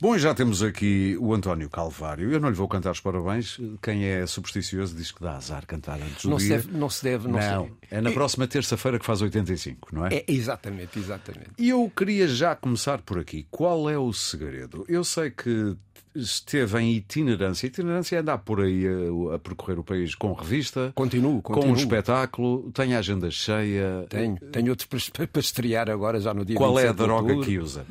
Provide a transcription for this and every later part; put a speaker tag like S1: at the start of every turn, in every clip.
S1: Bom, e já temos aqui o António Calvário. Eu não lhe vou cantar os parabéns. Quem é supersticioso diz que dá azar cantar antes do
S2: Não se
S1: dia.
S2: deve- não se deve, não se deve.
S1: É na próxima terça-feira que faz 85, não é?
S2: É, exatamente, exatamente.
S1: E eu queria já começar por aqui. Qual é o segredo? Eu sei que esteve em itinerância. Itinerância é andar por aí a, a percorrer o país com revista,
S2: Continuo,
S1: com um
S2: continuo.
S1: espetáculo, tem a agenda cheia.
S2: Tenho, tenho outros para, para- para estrear agora, já no dia
S1: Qual é a
S2: 27 de
S1: droga
S2: outubro.
S1: que usa?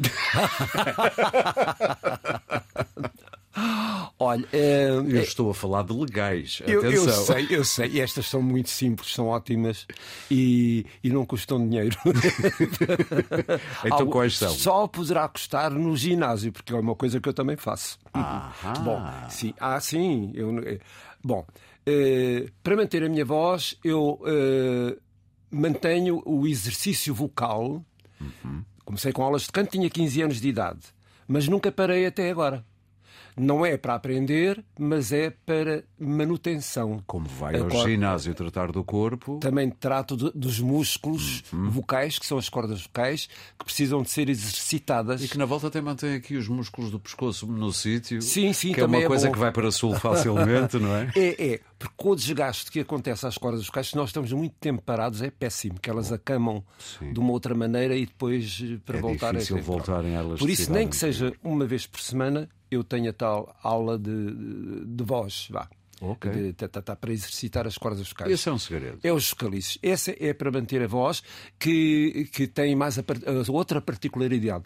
S2: Olha, eh,
S1: Eu estou a falar de legais.
S2: eu, eu
S1: Atenção.
S2: sei, eu sei. E estas são muito simples, são ótimas e, e não custam dinheiro.
S1: Então
S2: Algo-
S1: quais são?
S2: Só poderá custar no ginásio, porque é uma coisa que eu também faço.
S1: Ahá.
S2: Bom, sim, ah, sim. Eu, eh, bom, eh, para manter a minha voz, eu eh, mantenho o exercício vocal.
S1: Uhum.
S2: Comecei com aulas de canto, tinha 15 anos de idade, mas nunca parei até agora. Não é para aprender, mas é para manutenção.
S1: Como vai ao
S2: Agora-
S1: ginásio tratar do corpo,
S2: Também trato de- dos músculos
S1: Uhum.
S2: vocais, que são as cordas vocais, que precisam de ser exercitadas.
S1: E que na volta até mantém aqui os músculos do pescoço no sítio.
S2: Sim, sim,
S1: Que é uma
S2: também é
S1: coisa
S2: bom.
S1: que vai para sul facilmente, não é?
S2: É, é, porque com o desgaste que acontece às cordas vocais, se nós estamos muito tempo parados, é péssimo, que elas acamam de uma outra maneira e depois eh, para
S1: É
S2: voltar
S1: difícil
S2: tempo.
S1: voltarem a elas é.
S2: Por isso,
S1: precisarem
S2: nem que
S1: de-
S2: seja uma vez por semana, eu tenho a tal aula de, de voz, vá.
S1: Ok.
S2: De- tá- tá- tá, para exercitar as cordas vocais.
S1: Esse é um segredo.
S2: É os vocalices. Essa é para manter a voz que, que tem mais a, par- a outra particularidade.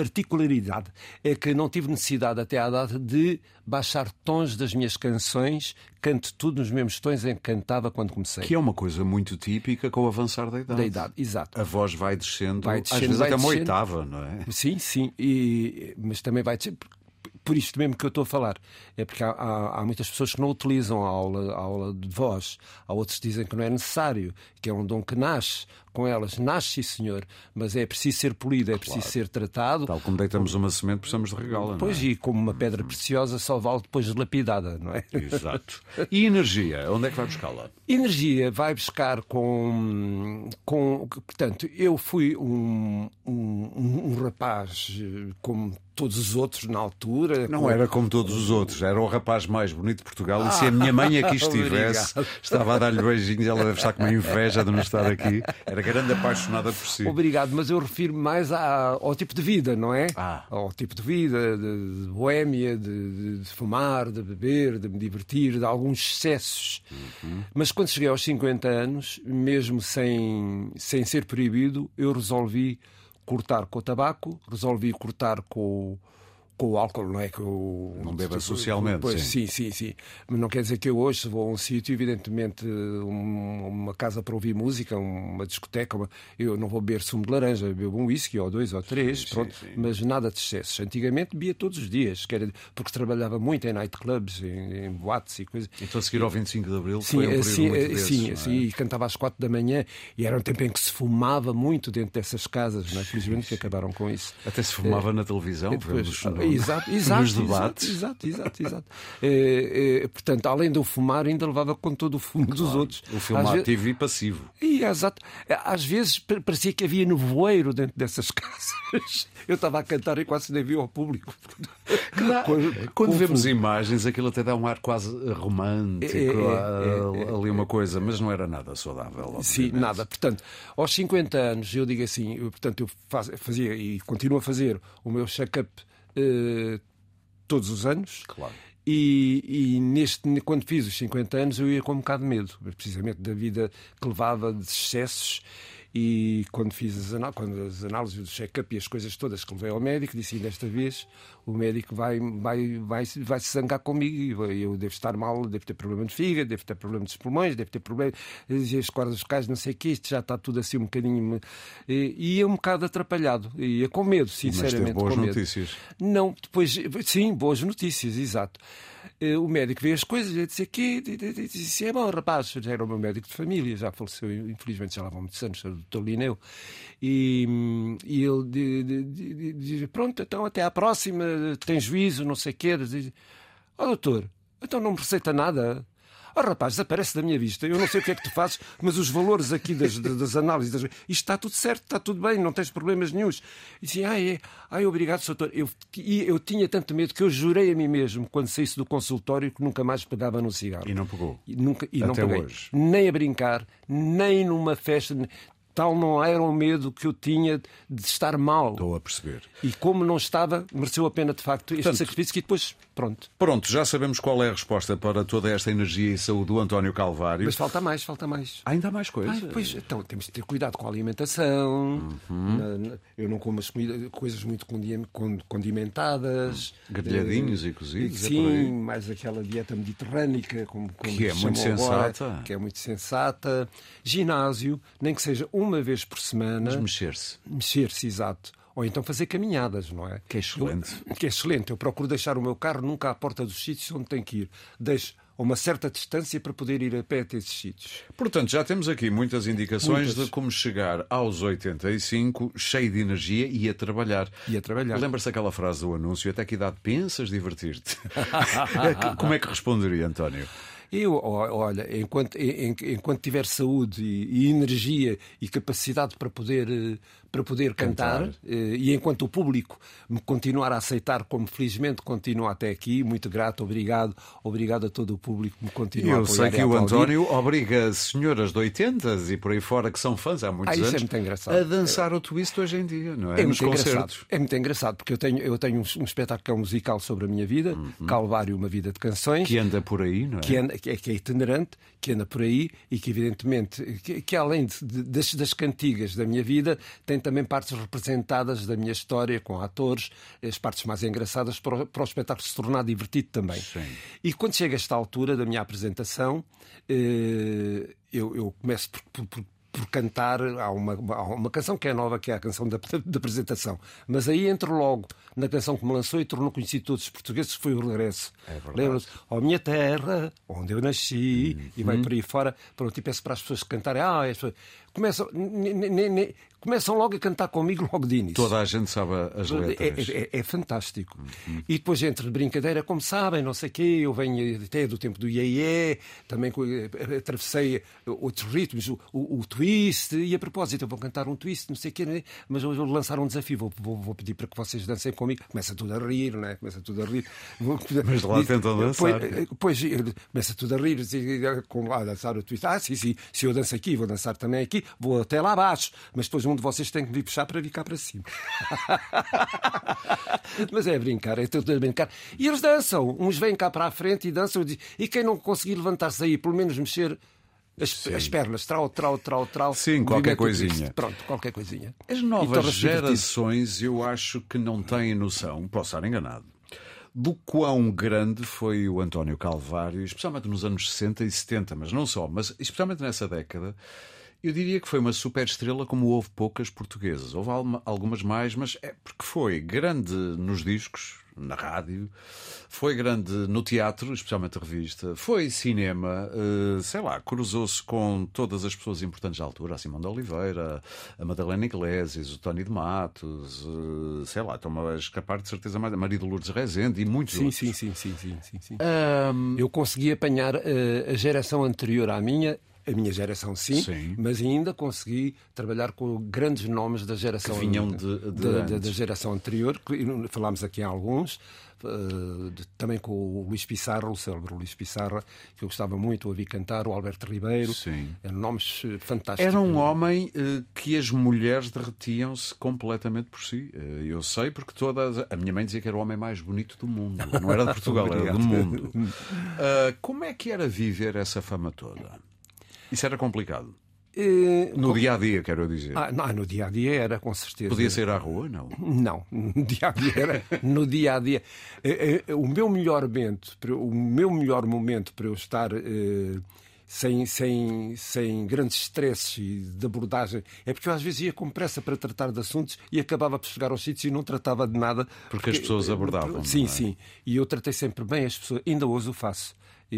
S2: Particularidade é que não tive necessidade até à data de baixar tons das minhas canções, canto tudo nos mesmos tons em que cantava quando comecei.
S1: Que é uma coisa muito típica com o avançar da idade.
S2: Da idade, exato.
S1: A voz vai descendo,
S2: Vai descendo,
S1: às vezes
S2: vai
S1: até uma
S2: descendo.
S1: oitava, não é?
S2: Sim, sim, e- mas também vai dizer. por- Por isto mesmo que eu estou a falar. É porque há, há- há muitas pessoas que não utilizam a aula, a aula de voz. Há outros que dizem que não é necessário, que é um dom que nasce com elas. Nasce, sim, senhor, mas é preciso ser polido, é preciso ser tratado.
S1: Tal como deitamos uma semente, precisamos de regala. não é?
S2: Pois, e como uma pedra preciosa, só vale depois de lapidada, não é?
S1: é? Exato. E energia? Onde é que vai buscá-la?
S2: Energia vai buscar com. com portanto, eu fui um, um, um rapaz eh, como todos os outros na altura.
S1: Não
S2: com-
S1: era como todos os outros, era o rapaz mais bonito de Portugal. E se a minha mãe aqui estivesse, estava a dar-lhe beijinhos, ela deve estar com uma inveja de não estar aqui. Era grande apaixonada por si.
S2: Obrigado, mas eu refiro mais à- ao tipo de vida, não é?
S1: Ah.
S2: Ao tipo de vida, de, de boémia, de, de- de fumar, de beber, de me divertir, de alguns excessos.
S1: Uhum.
S2: Mas quando cheguei aos 50 anos, mesmo sem, sem ser proibido, eu resolvi cortar com o tabaco, resolvi cortar com, o- com o álcool, não é? Que eu,
S1: Não beba socialmente,
S2: Pois,
S1: sim.
S2: Sim, sim, sim. Mas não quer dizer que eu hoje vou a um sítio, evidentemente, um- uma casa para ouvir música, uma discoteca. uma- Eu não vou beber sumo de laranja, eu bebo um whisky ou dois ou três, pronto, mas nada de excessos. Antigamente bebia todos os dias, que era- porque trabalhava muito em nightclubs, em, em boates e coisas.
S1: Então, a seguir ao 25 de Abril,
S2: Sim,
S1: foi um período
S2: sim,
S1: muito
S2: eh,
S1: desses,
S2: sim,
S1: não é?
S2: sim, e cantava às quatro da manhã e era um tempo em que se fumava muito dentro dessas casas, não é? Felizmente que acabaram com isso.
S1: Até se fumava na televisão,
S2: E depois-
S1: vemos no-
S2: Eh, exato, exato,
S1: nos debates.
S2: Exato, exato, exato. Eh, eh, portanto, além de eu fumar, ainda levava com todo o fumo dos outros.
S1: O filme
S2: Às ve-
S1: ativo e passivo.
S2: Ih, exato. Às vezes pa- parecia que havia nevoeiro dentro dessas casas. Eu estava a cantar e quase nem via ao público. eh,
S1: Quando, vemos imagens, aquilo até dá um ar quase romântico,
S2: É, é,
S1: a- ali uma coisa, mas não era nada saudável. obviamente.
S2: eh. Sim, nada. Portanto, aos 50 anos, eu digo assim, eu, portanto, eu faz- fazia e continuo a fazer o meu check-up eh, todos os anos.
S1: Claro.
S2: E, e neste, quando fiz os 50 anos, eu ia com um bocado de medo, precisamente da vida que levava de excessos. E quando fiz as, anal- quando as análises do check-up e as coisas todas que levei ao médico, disse: "E desta vez o médico vai, vai, vai, vai se zangar comigo. e vai- Eu devo estar mal, devo ter problema de fígado, devo ter problema dos pulmões, devo ter problema. As cordas vocais, não sei o que, isto já está tudo assim um bocadinho. E, e ia um bocado atrapalhado, ia com medo,
S1: Mas
S2: sinceramente.
S1: teve boas
S2: com medo.
S1: notícias.
S2: Não, depois, sim, boas notícias, exato. Eh, O médico vê as coisas, ele disse aqui, disse, é bom, rapaz, já era o meu médico de família, já faleceu, infelizmente já lá vão muitos anos, era o Dr. Lineu. E, hum, e ele di- di- di- di- diz, pronto, então até à próxima, tem juízo, não sei o quê. Diz, Ó doutor, então não me receita nada. Oh, rapaz, desaparece da minha vista. Eu não sei o que é que tu fazes, mas os valores aqui das, das, das análises, das... isto está tudo certo, está tudo bem, não tens problemas nenhums. E disse, ah, é, ai, obrigado, doutor. Eu, eu tinha tanto medo que eu jurei a mim mesmo, quando saísse do consultório, que nunca mais pegava num cigarro.
S1: E não pegou.
S2: E nunca, e
S1: Até
S2: não peguei.
S1: hoje.
S2: Nem a brincar, nem numa festa. Tal não era o medo que eu tinha de estar mal.
S1: Estou a perceber.
S2: E como não estava, mereceu a pena, de facto, este sacrifício. E depois, pronto.
S1: Pronto, já sabemos qual é a resposta para toda esta energia e saúde do António Calvário.
S2: Mas falta mais, falta mais.
S1: Ainda há mais
S2: Ai,
S1: coisas.
S2: pois, então temos de ter cuidado com a alimentação.
S1: Uhum.
S2: Na- na- eu não como as comida- coisas muito condi- con- condimentadas.
S1: Hum. Grelhadinhos
S2: Eh,
S1: e cozidos, é por aí.
S2: Sim, mais aquela dieta mediterrânica, como, como
S1: Que é
S2: se chama
S1: muito
S2: agora,
S1: sensata.
S2: que é muito sensata. Ginásio, nem que seja uma vez por semana.
S1: Mas mexer-se.
S2: Mexer-se, exato. Ou então fazer caminhadas, não é?
S1: Que é excelente.
S2: Eu, que é excelente. Eu procuro deixar o meu carro nunca à porta dos sítios onde tem que ir. Deixo a uma certa distância para poder ir a pé até esses sítios.
S1: Portanto, já temos aqui muitas indicações
S2: Muitas.
S1: de como chegar aos 85 cheio de energia e a trabalhar.
S2: E a trabalhar.
S1: Lembra-se daquela frase do anúncio: até que idade pensas divertir-te? como é que responderia, António?
S2: Eu, ó- olha, enquanto, en- en- enquanto tiver saúde e, e energia e capacidade para poder, eh, para poder cantar, eh, e enquanto o público me continuar a aceitar, como felizmente continua até aqui, muito grato, obrigado, obrigado a todo o público que me continua a
S1: Eu
S2: apoiar
S1: sei
S2: e
S1: que
S2: a
S1: o
S2: aplaudir.
S1: António obriga senhoras de 80 e por aí fora que são fãs há muitos
S2: Ah, isso é
S1: anos
S2: muito engraçado.
S1: a dançar o twist hoje em dia, não é?
S2: É
S1: Nos
S2: muito, engraçado,
S1: concertos.
S2: é muito engraçado, porque eu tenho, eu tenho um, um espetáculo que é um musical sobre a minha vida, Calvário, uma vida de canções.
S1: Uhum. Que anda por aí, não é?
S2: que, anda, que, é, que é itinerante, que anda por aí e que, evidentemente, que, que além de- de- das, das cantigas da minha vida, tem também partes representadas da minha história com atores, as partes mais engraçadas para o, para o espetáculo se tornar divertido também. E quando chega esta altura da minha apresentação, eh, eu, eu começo por- por- por por cantar, há uma, há uma canção que é nova, que é a canção da, da- da apresentação. Mas aí entro logo na canção que me lançou e tornou conhecido todos os portugueses, foi o regresso. Lembram-se? Ó minha terra, onde eu nasci, e vai por aí fora. Pronto, e peço para as pessoas que cantarem. Ah, as pessoas... começam, ne- ne- ne- ne- começam logo a cantar comigo, logo de início.
S1: Toda a gente sabe as letras.
S2: É, é- é- é fantástico. E depois entre brincadeira, como sabem, não sei o quê, eu venho até do tempo do Iê também co- eh, atravessei outros ritmos, o, o- o twist, e a propósito, eu vou cantar um twist, não sei o quê, né? mas eu vou lançar um desafio, vou, vou- vou pedir para que vocês dancem comigo. Começa tudo a rir, não é? Começa tudo a rir. Vou-
S1: Mas lá tentam dançar.
S2: Pois, eh, Pois, eh, começa tudo a rir, assim, eh, com- a dançar o twist. Ah, sim, sim, se eu danço aqui, vou dançar também aqui, vou até lá abaixo, mas depois um de vocês tem que me puxar para vir cá para cima. Mas é brincar, é tudo a brincar. E eles dançam. Uns vêm cá para a frente e dançam. E quem não conseguir levantar-se aí, pelo menos mexer as, as pernas, trau, trau, trau, trau.
S1: Sim, qualquer
S2: movimento
S1: coisinha.
S2: triste. Pronto, qualquer coisinha.
S1: Então, As
S2: E
S1: novas
S2: torna-se divertido.
S1: gerações, eu acho que não têm noção, posso estar enganado, do quão grande foi o António Calvário, especialmente nos anos 60 e 70, mas não só, mas especialmente nessa década. Eu diria que foi uma superestrela como houve poucas portuguesas. Houve alma- algumas mais, mas é porque foi grande nos discos, na rádio, foi grande no teatro, especialmente a revista, foi cinema, eh, sei lá, cruzou-se com todas as pessoas importantes da altura, a Simão de Oliveira, a Madalena Iglesias, o Tony de Matos, eh, sei lá, estou-me a escapar de certeza mais, a Maria de Lourdes Rezende e muitos
S2: Sim,
S1: outros.
S2: sim, sim, sim, sim, sim, sim. Eu consegui apanhar eh, a geração anterior à minha. A minha geração, sim,
S1: Sim.
S2: mas ainda consegui trabalhar com grandes nomes da geração
S1: Que vinham de- de
S2: da, da- da
S1: antes.
S2: geração anterior. que Falámos aqui em alguns, eh, de- também com o Luís Pissarra, o célebre Luís Pissarra, que eu gostava muito, ouvi cantar, o Alberto Ribeiro.
S1: Sim.
S2: Eram nomes eh, fantásticos.
S1: Era um homem eh, que as mulheres derretiam-se completamente por si. Eh, eu sei porque todas. A minha mãe dizia que era o homem mais bonito do mundo. Não era de Portugal, era do mundo. Ah, como é que era viver essa fama toda? Isso era complicado.
S2: Eh,
S1: No dia a dia, quero eu dizer.
S2: ah, não, no dia a dia era, com certeza.
S1: Podia sair à rua, não?
S2: Não, no dia a dia. era- no dia a dia. Eh, eh, O meu melhor momento, para- o meu melhor momento para eu estar eh, sem, sem, sem grandes estresses e de abordagem é porque eu às vezes ia com pressa para tratar de assuntos e acabava por chegar aos sítios e não tratava de nada. eh,
S1: Porque as pessoas abordavam,
S2: Sim,
S1: não é?
S2: sim. E eu tratei sempre bem as pessoas, ainda hoje o faço. E,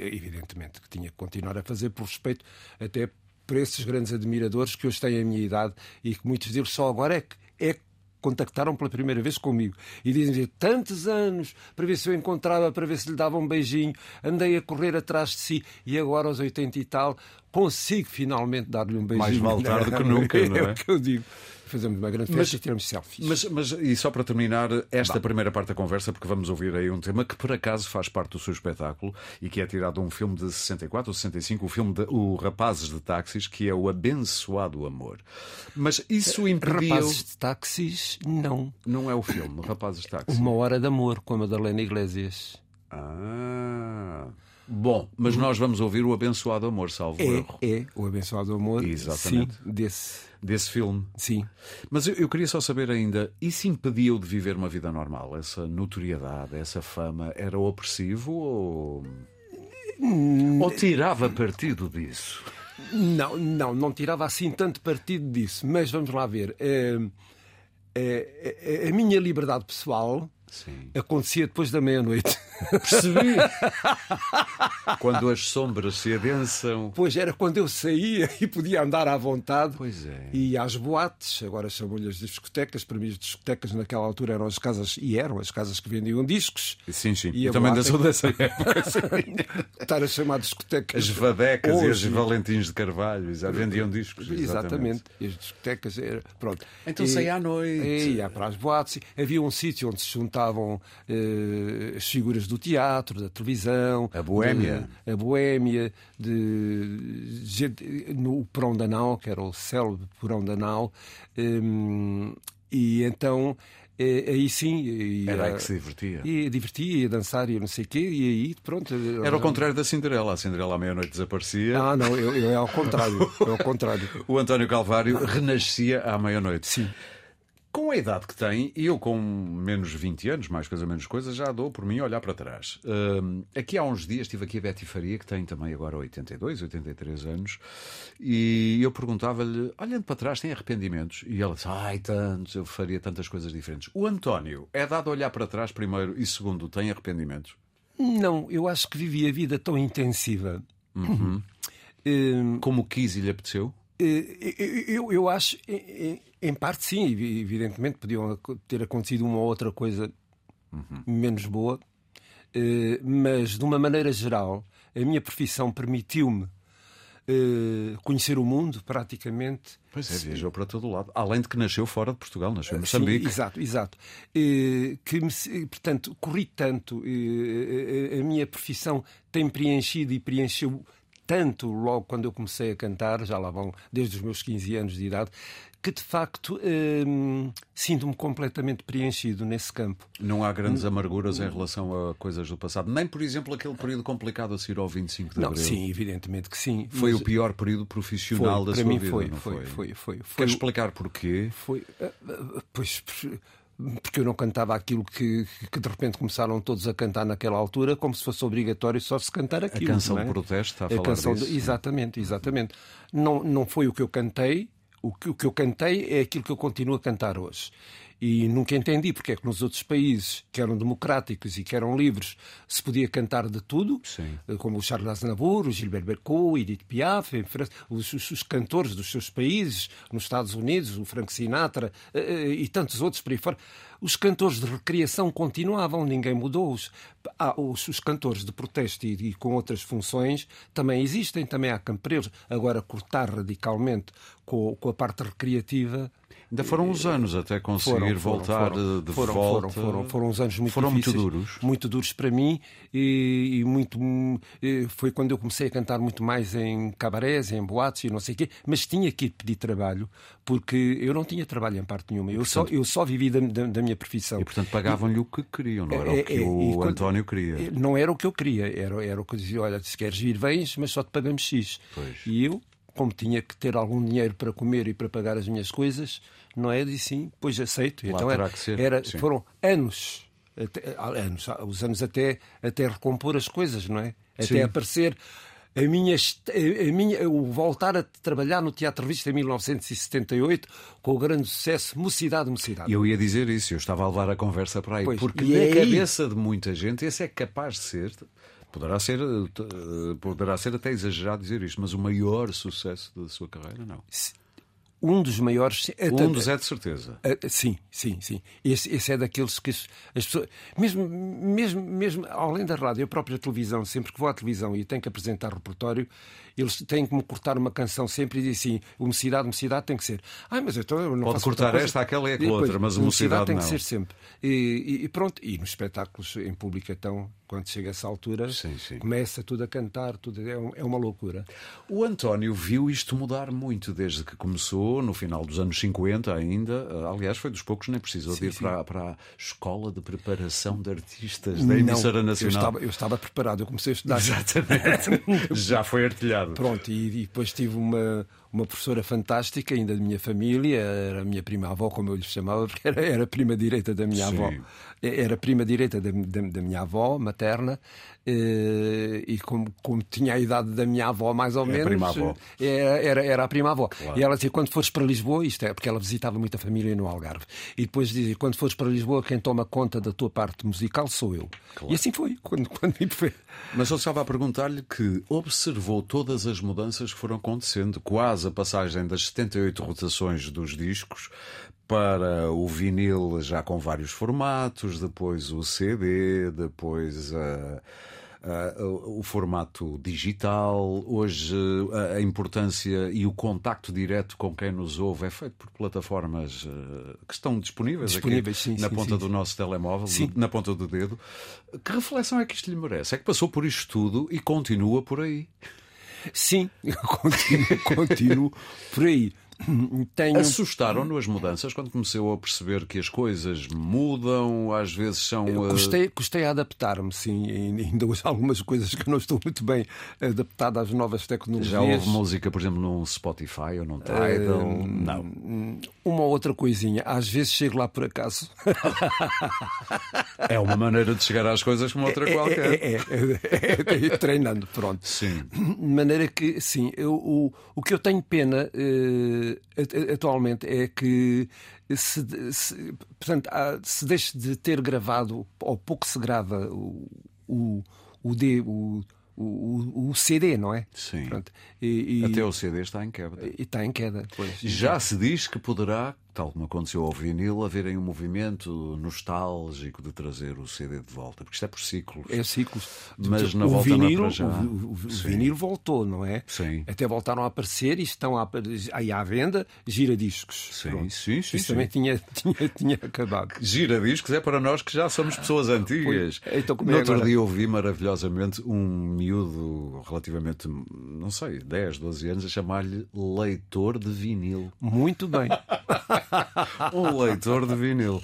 S2: e, evidentemente que tinha que continuar a fazer por respeito até por esses grandes admiradores que hoje têm a minha idade e que muitos deles só agora é que, é que contactaram pela primeira vez comigo e dizem tantos anos para ver se eu encontrava, para ver se lhe dava um beijinho, andei a correr atrás de si e agora aos 80 e tal consigo finalmente dar-lhe um beijinho.
S1: Mais vale tarde que nunca, não é?
S2: É o que eu digo. Fazemos uma grande festa e tiramos selfies.
S1: Mas, mas, e só para terminar esta primeira parte da conversa, porque vamos ouvir aí um tema que por acaso faz parte do seu espetáculo e que é tirado de um filme de 64 ou 65, o filme de, O Rapazes de Táxis, que é o Abençoado Amor. Mas isso impediu.
S2: Eh, Rapazes de táxis, não.
S1: Não é o filme, Rapazes de Táxis.
S2: Uma hora de amor com a Madalena Iglesias.
S1: Ah. Bom, mas nós vamos ouvir o Abençoado Amor, salvo erro,
S2: É, é o abençoado amor.
S1: Exatamente.
S2: Sim, desse.
S1: desse filme.
S2: Sim.
S1: Mas eu, eu queria só saber ainda, isso impedia-o de viver uma vida normal? Essa notoriedade, essa fama, era opressivo ou. Ou tirava partido disso?
S2: Não, não, não tirava assim tanto partido disso, mas vamos lá ver. Eh, eh, eh, a minha liberdade pessoal
S1: Sim.
S2: acontecia depois da meia-noite.
S1: Percebi! Quando as sombras se adensam.
S2: Pois era quando eu saía e podia andar à vontade.
S1: Pois é.
S2: E às boates, agora chamam-lhe as discotecas, para mim as discotecas naquela altura eram as casas, e eram as casas que vendiam discos.
S1: Sim, sim.
S2: E
S1: eu
S2: a
S1: também
S2: boate-
S1: sou dessa época. sim.
S2: Estar a chamar discotecas.
S1: As Vadecas e as
S2: Hoje-
S1: Valentins de Carvalho já vendiam discos.
S2: Exatamente. E As discotecas era, pronto.
S1: Então
S2: E-
S1: saía à noite.
S2: E ia para as boates. Havia um sítio onde se juntavam eh, as figuras do teatro, da televisão.
S1: A boémia.
S2: de- a boémia, de gente, no Porão da Nau, que era o célebre Porão da Nau. hum, e então, eh, aí sim... ia-
S1: Era aí que se divertia.
S2: Ia divertir, ia dançar, ia não sei o quê. E aí, pronto...
S1: Era o contrário da Cinderela. A Cinderela à meia-noite desaparecia.
S2: Ah, não, eu, eu é ao contrário. É ao contrário.
S1: O António Calvário renascia à meia-noite. Sim. Com a idade que tem, e eu com menos 20 anos, mais coisa menos coisa, já dou por mim a olhar para trás. Hum, aqui há uns dias estive aqui a Betty Faria, que tem também agora 82, 83 anos, e eu perguntava-lhe, olhando para trás, tem arrependimentos? E ela disse, ai, tantos, eu faria tantas coisas diferentes. O António, é dado olhar para trás primeiro e segundo, tem arrependimentos?
S2: Não, eu acho que vivi a vida tão intensiva.
S1: Uhum.
S2: Hum,
S1: Como quis e lhe apeteceu?
S2: eh, eu, eu- eu acho, eh, eh, em parte sim, evi- evidentemente podiam ac- ter acontecido uma ou outra coisa
S1: Uhum.
S2: menos boa, eh, mas de uma maneira geral, a minha profissão permitiu-me eh, conhecer o mundo praticamente.
S1: Pois é, viajou para todo lado. Além de que nasceu fora de Portugal, nasceu em
S2: Sim,
S1: Moçambique.
S2: exato, exato. Eh, Que me se- portanto, corri tanto, eh, a- a a minha profissão tem preenchido e preencheu tanto logo quando eu comecei a cantar, já lá vão desde os meus 15 anos de idade, que de facto eh, sinto-me completamente preenchido nesse campo.
S1: Não há
S2: Hum.
S1: grandes amarguras em relação a coisas do passado. Nem, por exemplo, aquele período complicado a seguir ao 25 de
S2: Não,
S1: Abril.
S2: sim, evidentemente que sim.
S1: Foi
S2: mas
S1: o pior período
S2: foi,
S1: profissional da
S2: para
S1: sua
S2: mim
S1: vida,
S2: foi,
S1: não
S2: foi, foi, foi, foi, um-
S1: Queres explicar porquê?
S2: Foi. ah, ah, Pois. por- Porque eu não cantava aquilo que, que de repente começaram todos a cantar naquela altura, como se fosse obrigatório só se cantar aquilo.
S1: canção
S2: não é?
S1: protesto, está a falar
S2: canção
S1: disso? é?
S2: do- Exatamente, exatamente. Não, não foi o que eu cantei, o que, o que eu cantei é aquilo que eu continuo a cantar hoje. E nunca entendi porque é que nos outros países que eram democráticos e que eram livres se podia cantar de tudo,
S1: Sim.
S2: eh, como o Charles Aznavour, o Gilbert Bercot, Edith Piaf, em França, os, os- os cantores dos seus países, nos Estados Unidos, o Frank Sinatra eh, eh, e tantos outros por aí fora. Os cantores de recriação continuavam, ninguém mudou-os. Há os, os cantores de protesto e, e com outras funções também existem, também há campo para eles. Agora, cortar radicalmente com, com a parte recreativa.
S1: Ainda foram uns anos até conseguir voltar eh, de
S2: foram,
S1: volta.
S2: Foram, foram, foram uns anos muito
S1: Foram muito
S2: difíceis,
S1: duros.
S2: muito duros para mim e, e muito hum, eh, foi quando eu comecei a cantar muito mais em cabarés, em boates e não sei o quê, mas tinha que ir pedir trabalho porque eu não tinha trabalho em parte nenhuma. Eu só eu só vivi da, da- da minha profissão.
S1: E, portanto, pagavam-lhe o que queriam, não era
S2: É,
S1: o que
S2: é,
S1: o
S2: e quando-
S1: António queria.
S2: Eh, Não era o que eu queria, era, era o que eu dizia: olha, se queres vir, vens, mas só te pagamos X. E eu, como tinha que ter algum dinheiro para comer e para pagar as minhas coisas, não é? Disse sim, pois aceito. então
S1: terá
S2: era,
S1: que ser,
S2: era-
S1: sim.
S2: foram anos, até- há anos, há os anos até, até recompor as coisas, não é? Até
S1: Sim.
S2: aparecer. A minha, est- a a minha, o voltar a trabalhar no Teatro Revista em 1978 com o grande sucesso Mocidade, Mocidade.
S1: Eu ia dizer isso, eu estava a levar a conversa para aí,
S2: Pois,
S1: porque
S2: e
S1: na
S2: é aí.
S1: cabeça de muita gente esse é capaz de ser, poderá ser, eh, t- eh, poderá ser até exagerado dizer isto, mas o maior sucesso da sua carreira, não.
S2: um dos maiores.
S1: Um dos é de certeza.
S2: Ah, sim, sim, sim. Esse, esse é daqueles que as pessoas. Mesmo, mesmo, mesmo além da rádio, a própria televisão, sempre que vou à televisão e tenho que apresentar repertório, eles têm que me cortar uma canção sempre e dizem assim: homocidade, homocidade tem que ser. Ah, mas eu, então, eu não
S1: Pode
S2: faço
S1: cortar
S2: outra coisa.
S1: esta, aquela e aquela
S2: Depois,
S1: outra, mas homocidade
S2: tem que
S1: não.
S2: ser sempre. E, e- e pronto, e nos espetáculos em público, então, quando chega essa altura,
S1: Sim, sim.
S2: começa tudo a cantar, tudo é, um- é uma loucura.
S1: O António viu isto mudar muito desde que começou, no final dos anos 50 ainda. Ah, Aliás, foi dos poucos que nem precisou de ir Para, para a Escola de Preparação de Artistas da Emissora
S2: Não, Eu
S1: Nacional.
S2: estava, eu estava preparado, eu comecei a estudar.
S1: Exatamente. Já foi artilhado.
S2: Pronto, e, e depois tive uma, uma professora fantástica, ainda da minha família, era a minha prima avó, como eu lhe chamava, porque era, era prima direita da minha
S1: Sim.
S2: avó. Eh, Era prima direita da, da, da minha avó materna, eh, e como, como tinha a idade da minha avó, mais ou
S1: É a
S2: menos. eh,
S1: prima avó.
S2: Era, era, era a prima avó. E ela dizia: quando fores para Lisboa, isto é, porque ela visitava muita família no Algarve. E depois dizia: quando fores para Lisboa, quem toma conta da tua parte musical sou eu. E assim foi, quando, quando me foi.
S1: Mas eu estava a perguntar-lhe que observou todas as mudanças que foram acontecendo, quase a passagem das 78 rotações dos discos para o vinil já com vários formatos, depois o CD, depois ah, ah, o o formato digital. Hoje ah, a importância e o contacto direto com quem nos ouve é feito por plataformas ah, que estão disponíveis,
S2: Disponíveis,
S1: aqui
S2: sim,
S1: na
S2: sim,
S1: ponta do
S2: sim,
S1: do nosso telemóvel, do- na ponta do dedo. Que reflexão é que isto lhe merece? É que passou por isto tudo e continua por aí.
S2: Sim, eu continuo, continuo por aí. Tenho.
S1: Assustaram-no as mudanças quando começou a perceber que as coisas mudam, às vezes são. eh,
S2: Custei, custei a adaptar-me, sim. E Ainda hoje há algumas coisas que eu não estou muito bem adaptado às novas tecnologias.
S1: Já houve música, por exemplo, num Spotify ou num Tidal?
S2: Eh,
S1: Não.
S2: Uma ou outra coisinha. Às vezes chego lá por acaso.
S1: É uma maneira de chegar às coisas como outra qualquer.
S2: É, é, é, é, treinando, pronto.
S1: Sim.
S2: De maneira que, sim, eu- o, o que eu tenho pena eh, at- atualmente é que se, se, portanto, há- se deixe de ter gravado, ou pouco se grava, o, o, o, D- o, o- o CD, não é?
S1: Sim.
S2: Pronto. E, e-
S1: Até o CD está em quebra.
S2: e está em queda. Pois.
S1: Já se diz que poderá, tal como aconteceu ao vinil, haverem um movimento nostálgico de trazer o CD de volta, porque isto é por ciclos.
S2: É ciclos.
S1: Mas
S2: Portanto,
S1: na
S2: tipo, o
S1: volta não é
S2: vinil,
S1: para já.
S2: o, o- o
S1: Sim.
S2: vinil voltou, não é?
S1: Sim.
S2: Até voltaram a aparecer e estão a- aí à venda giradiscos.
S1: Sim,
S2: Pronto.
S1: sim, sim,
S2: Isso
S1: sim.
S2: também tinha, tinha, tinha acabado.
S1: Gira discos é para nós que já somos pessoas antigas.
S2: Pois, então como é
S1: no outro
S2: agora?
S1: dia ouvi maravilhosamente um miúdo relativamente, não sei, 10, 12 anos, a chamar-lhe leitor de vinil.
S2: Muito bem,
S1: Um leitor de vinil.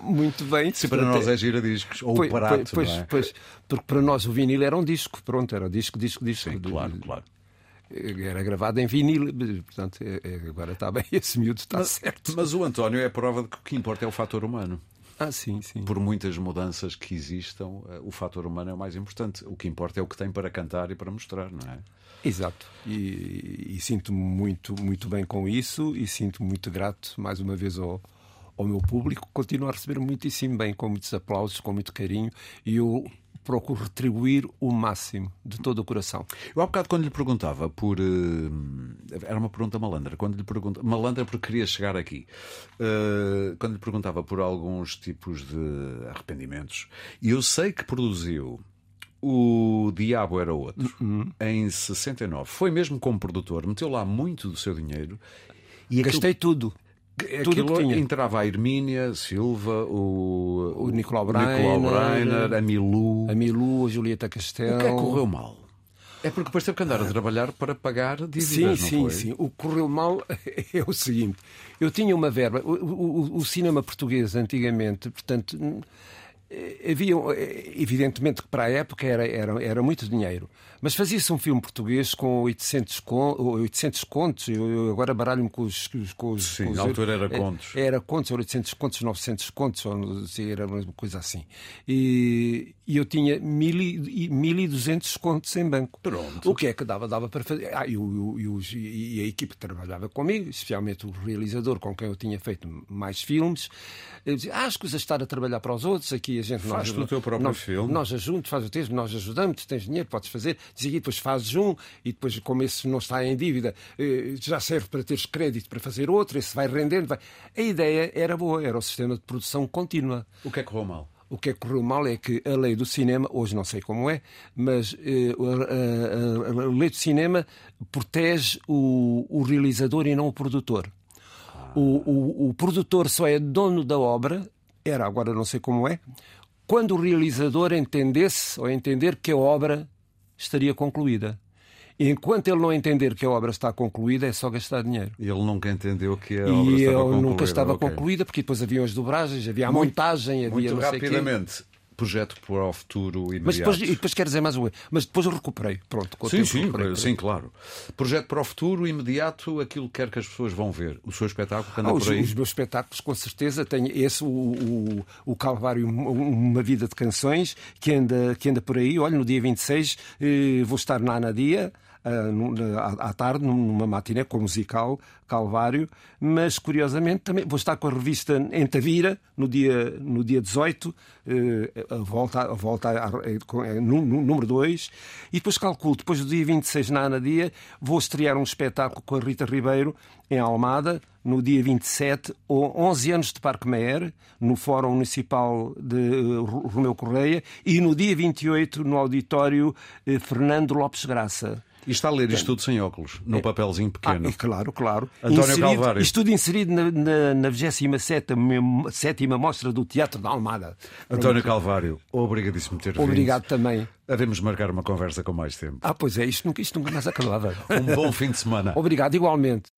S2: muito bem.
S1: Se para nós é gira discos, ou
S2: Pois,
S1: barato,
S2: pois,
S1: não é?
S2: pois, porque para nós o vinil era um disco, pronto, era disco, disco, disco.
S1: Sim, claro, claro.
S2: Era gravado em vinil, portanto, é- é- agora está bem, esse miúdo está certo.
S1: Mas o António é a prova de que o que importa é o fator humano.
S2: Ah, sim, sim.
S1: por muitas mudanças que existam, eh, o fator humano é o mais importante. O que importa é o que tem para cantar e para mostrar, não é?
S2: Exato. E, e sinto-me muito, muito bem com isso e sinto-me muito grato, mais uma vez, ao, ao meu público. Continuo a receber muitíssimo bem, com muitos aplausos, com muito carinho e eu procuro retribuir o máximo, de todo o coração.
S1: Eu há bocado quando lhe perguntava por. eh, era uma pergunta malandra. Quando lhe pergunta, malandra porque queria chegar aqui. Eh, quando lhe perguntava por alguns tipos de arrependimentos, e eu sei que produziu. O Diabo Era Outro,
S2: Uhum.
S1: em 69. Foi mesmo como produtor, meteu lá muito do seu dinheiro e aquilo-
S2: Gastei tudo. Tudo
S1: Aquilo
S2: que tinha.
S1: Entrava a Hermínia, Silva, o,
S2: O Nicolau
S1: Nicolau
S2: Breiner,
S1: Breiner, a Milu.
S2: A Milu, a Julieta Castelo.
S1: O que é que correu mal? É porque depois teve que andar a trabalhar para pagar dívidas,
S2: Sim,
S1: não
S2: sim,
S1: foi?
S2: sim. O que correu mal é o seguinte: eu tinha uma verba. O, o- o cinema português, antigamente, portanto, hum, eh, havia, eh, evidentemente que para a época era, era, era muito dinheiro, mas fazia-se um filme português com 800, con- 800 contos. Eu, eu agora baralho-me com os. com os- com os-
S1: Sim,
S2: com os
S1: na altura era
S2: eh,
S1: contos.
S2: era contos, era 800 contos, 900 contos, ou não sei, era uma coisa assim. E, e eu tinha 1000 e- e 1.200 contos em banco. O que é que dava? Dava para fazer. Ah, e, o- e os- e a equipe que trabalhava comigo, especialmente o realizador com quem eu tinha feito mais filmes, eu dizia, ah, as coisas estar a trabalhar para os outros, aqui e a gente
S1: Faz
S2: nós,
S1: tu o teu próprio
S2: nós,
S1: filme.
S2: Nós ajudamos, faz o texto, nós ajudamos, tens dinheiro, podes fazer, diz aqui, depois fazes um e depois, como esse não está em dívida, eh, já serve para teres crédito para fazer outro, esse vai rendendo. Vai... A ideia era boa, era o sistema de produção contínua.
S1: O que é que correu mal?
S2: O que é que correu mal é que a lei do cinema, hoje não sei como é, mas eh, a, a- a- a lei do cinema protege o, o realizador e não o produtor. O, o- o produtor só é dono da obra, era agora não sei como é, quando o realizador entendesse ou entender que a obra estaria concluída. Enquanto ele não entender que a obra está concluída, é só gastar dinheiro.
S1: Ele nunca entendeu que a obra
S2: E
S1: estava
S2: eu
S1: concluída.
S2: nunca estava
S1: ok.
S2: concluída, porque depois haviam as dobragens, havia a
S1: Muito-
S2: montagem, havia
S1: Muito
S2: não sei o quê.
S1: rapidamente, projeto para o futuro imediato.
S2: Mas depois, e depois quero dizer mais uma coisa. Mas depois eu recuperei. Pronto, com o
S1: Sim,
S2: tempo
S1: sim,
S2: recuperei.
S1: sim, claro. Projeto para o futuro, imediato, aquilo que quer que as pessoas vão ver. O seu espetáculo que anda
S2: Ah, os,
S1: por aí.
S2: os meus espetáculos, com certeza, têm esse, o, o, o Calvário, um- uma vida de canções, que anda, que anda por aí. Olha, no dia 26 eh, vou estar na Anadia, ah, num- na- à à tarde, numa matiné com o musical Calvário, mas curiosamente também vou estar com a revista em Tavira, no dia, no dia 18, eh, a volta, a volta à- eh, com- eh, nú- nú- número 2, e depois calculo, depois do dia 26 na Anadia, vou estrear um espetáculo com a Rita Ribeiro em Almada, no dia 27, ou 11 anos de Parque Meyer, no Fórum Municipal de eh, Ro- Romeu Correia, e no dia 28, no auditório eh, Fernando Lopes Graça.
S1: E está a ler isto tudo sem óculos, num papelzinho pequeno.
S2: Ah, e claro, claro.
S1: António
S2: inserido,
S1: Calvário.
S2: Isto tudo inserido na, na, na 27 sétima Mostra do Teatro da Almada.
S1: António Calvário, obrigadíssimo por ter vindo.
S2: Obrigado também.
S1: Havemos marcar uma conversa com mais tempo.
S2: Ah, pois é, isto nunca, isto nunca mais acabava.
S1: Um bom fim de semana.
S2: Obrigado, igualmente.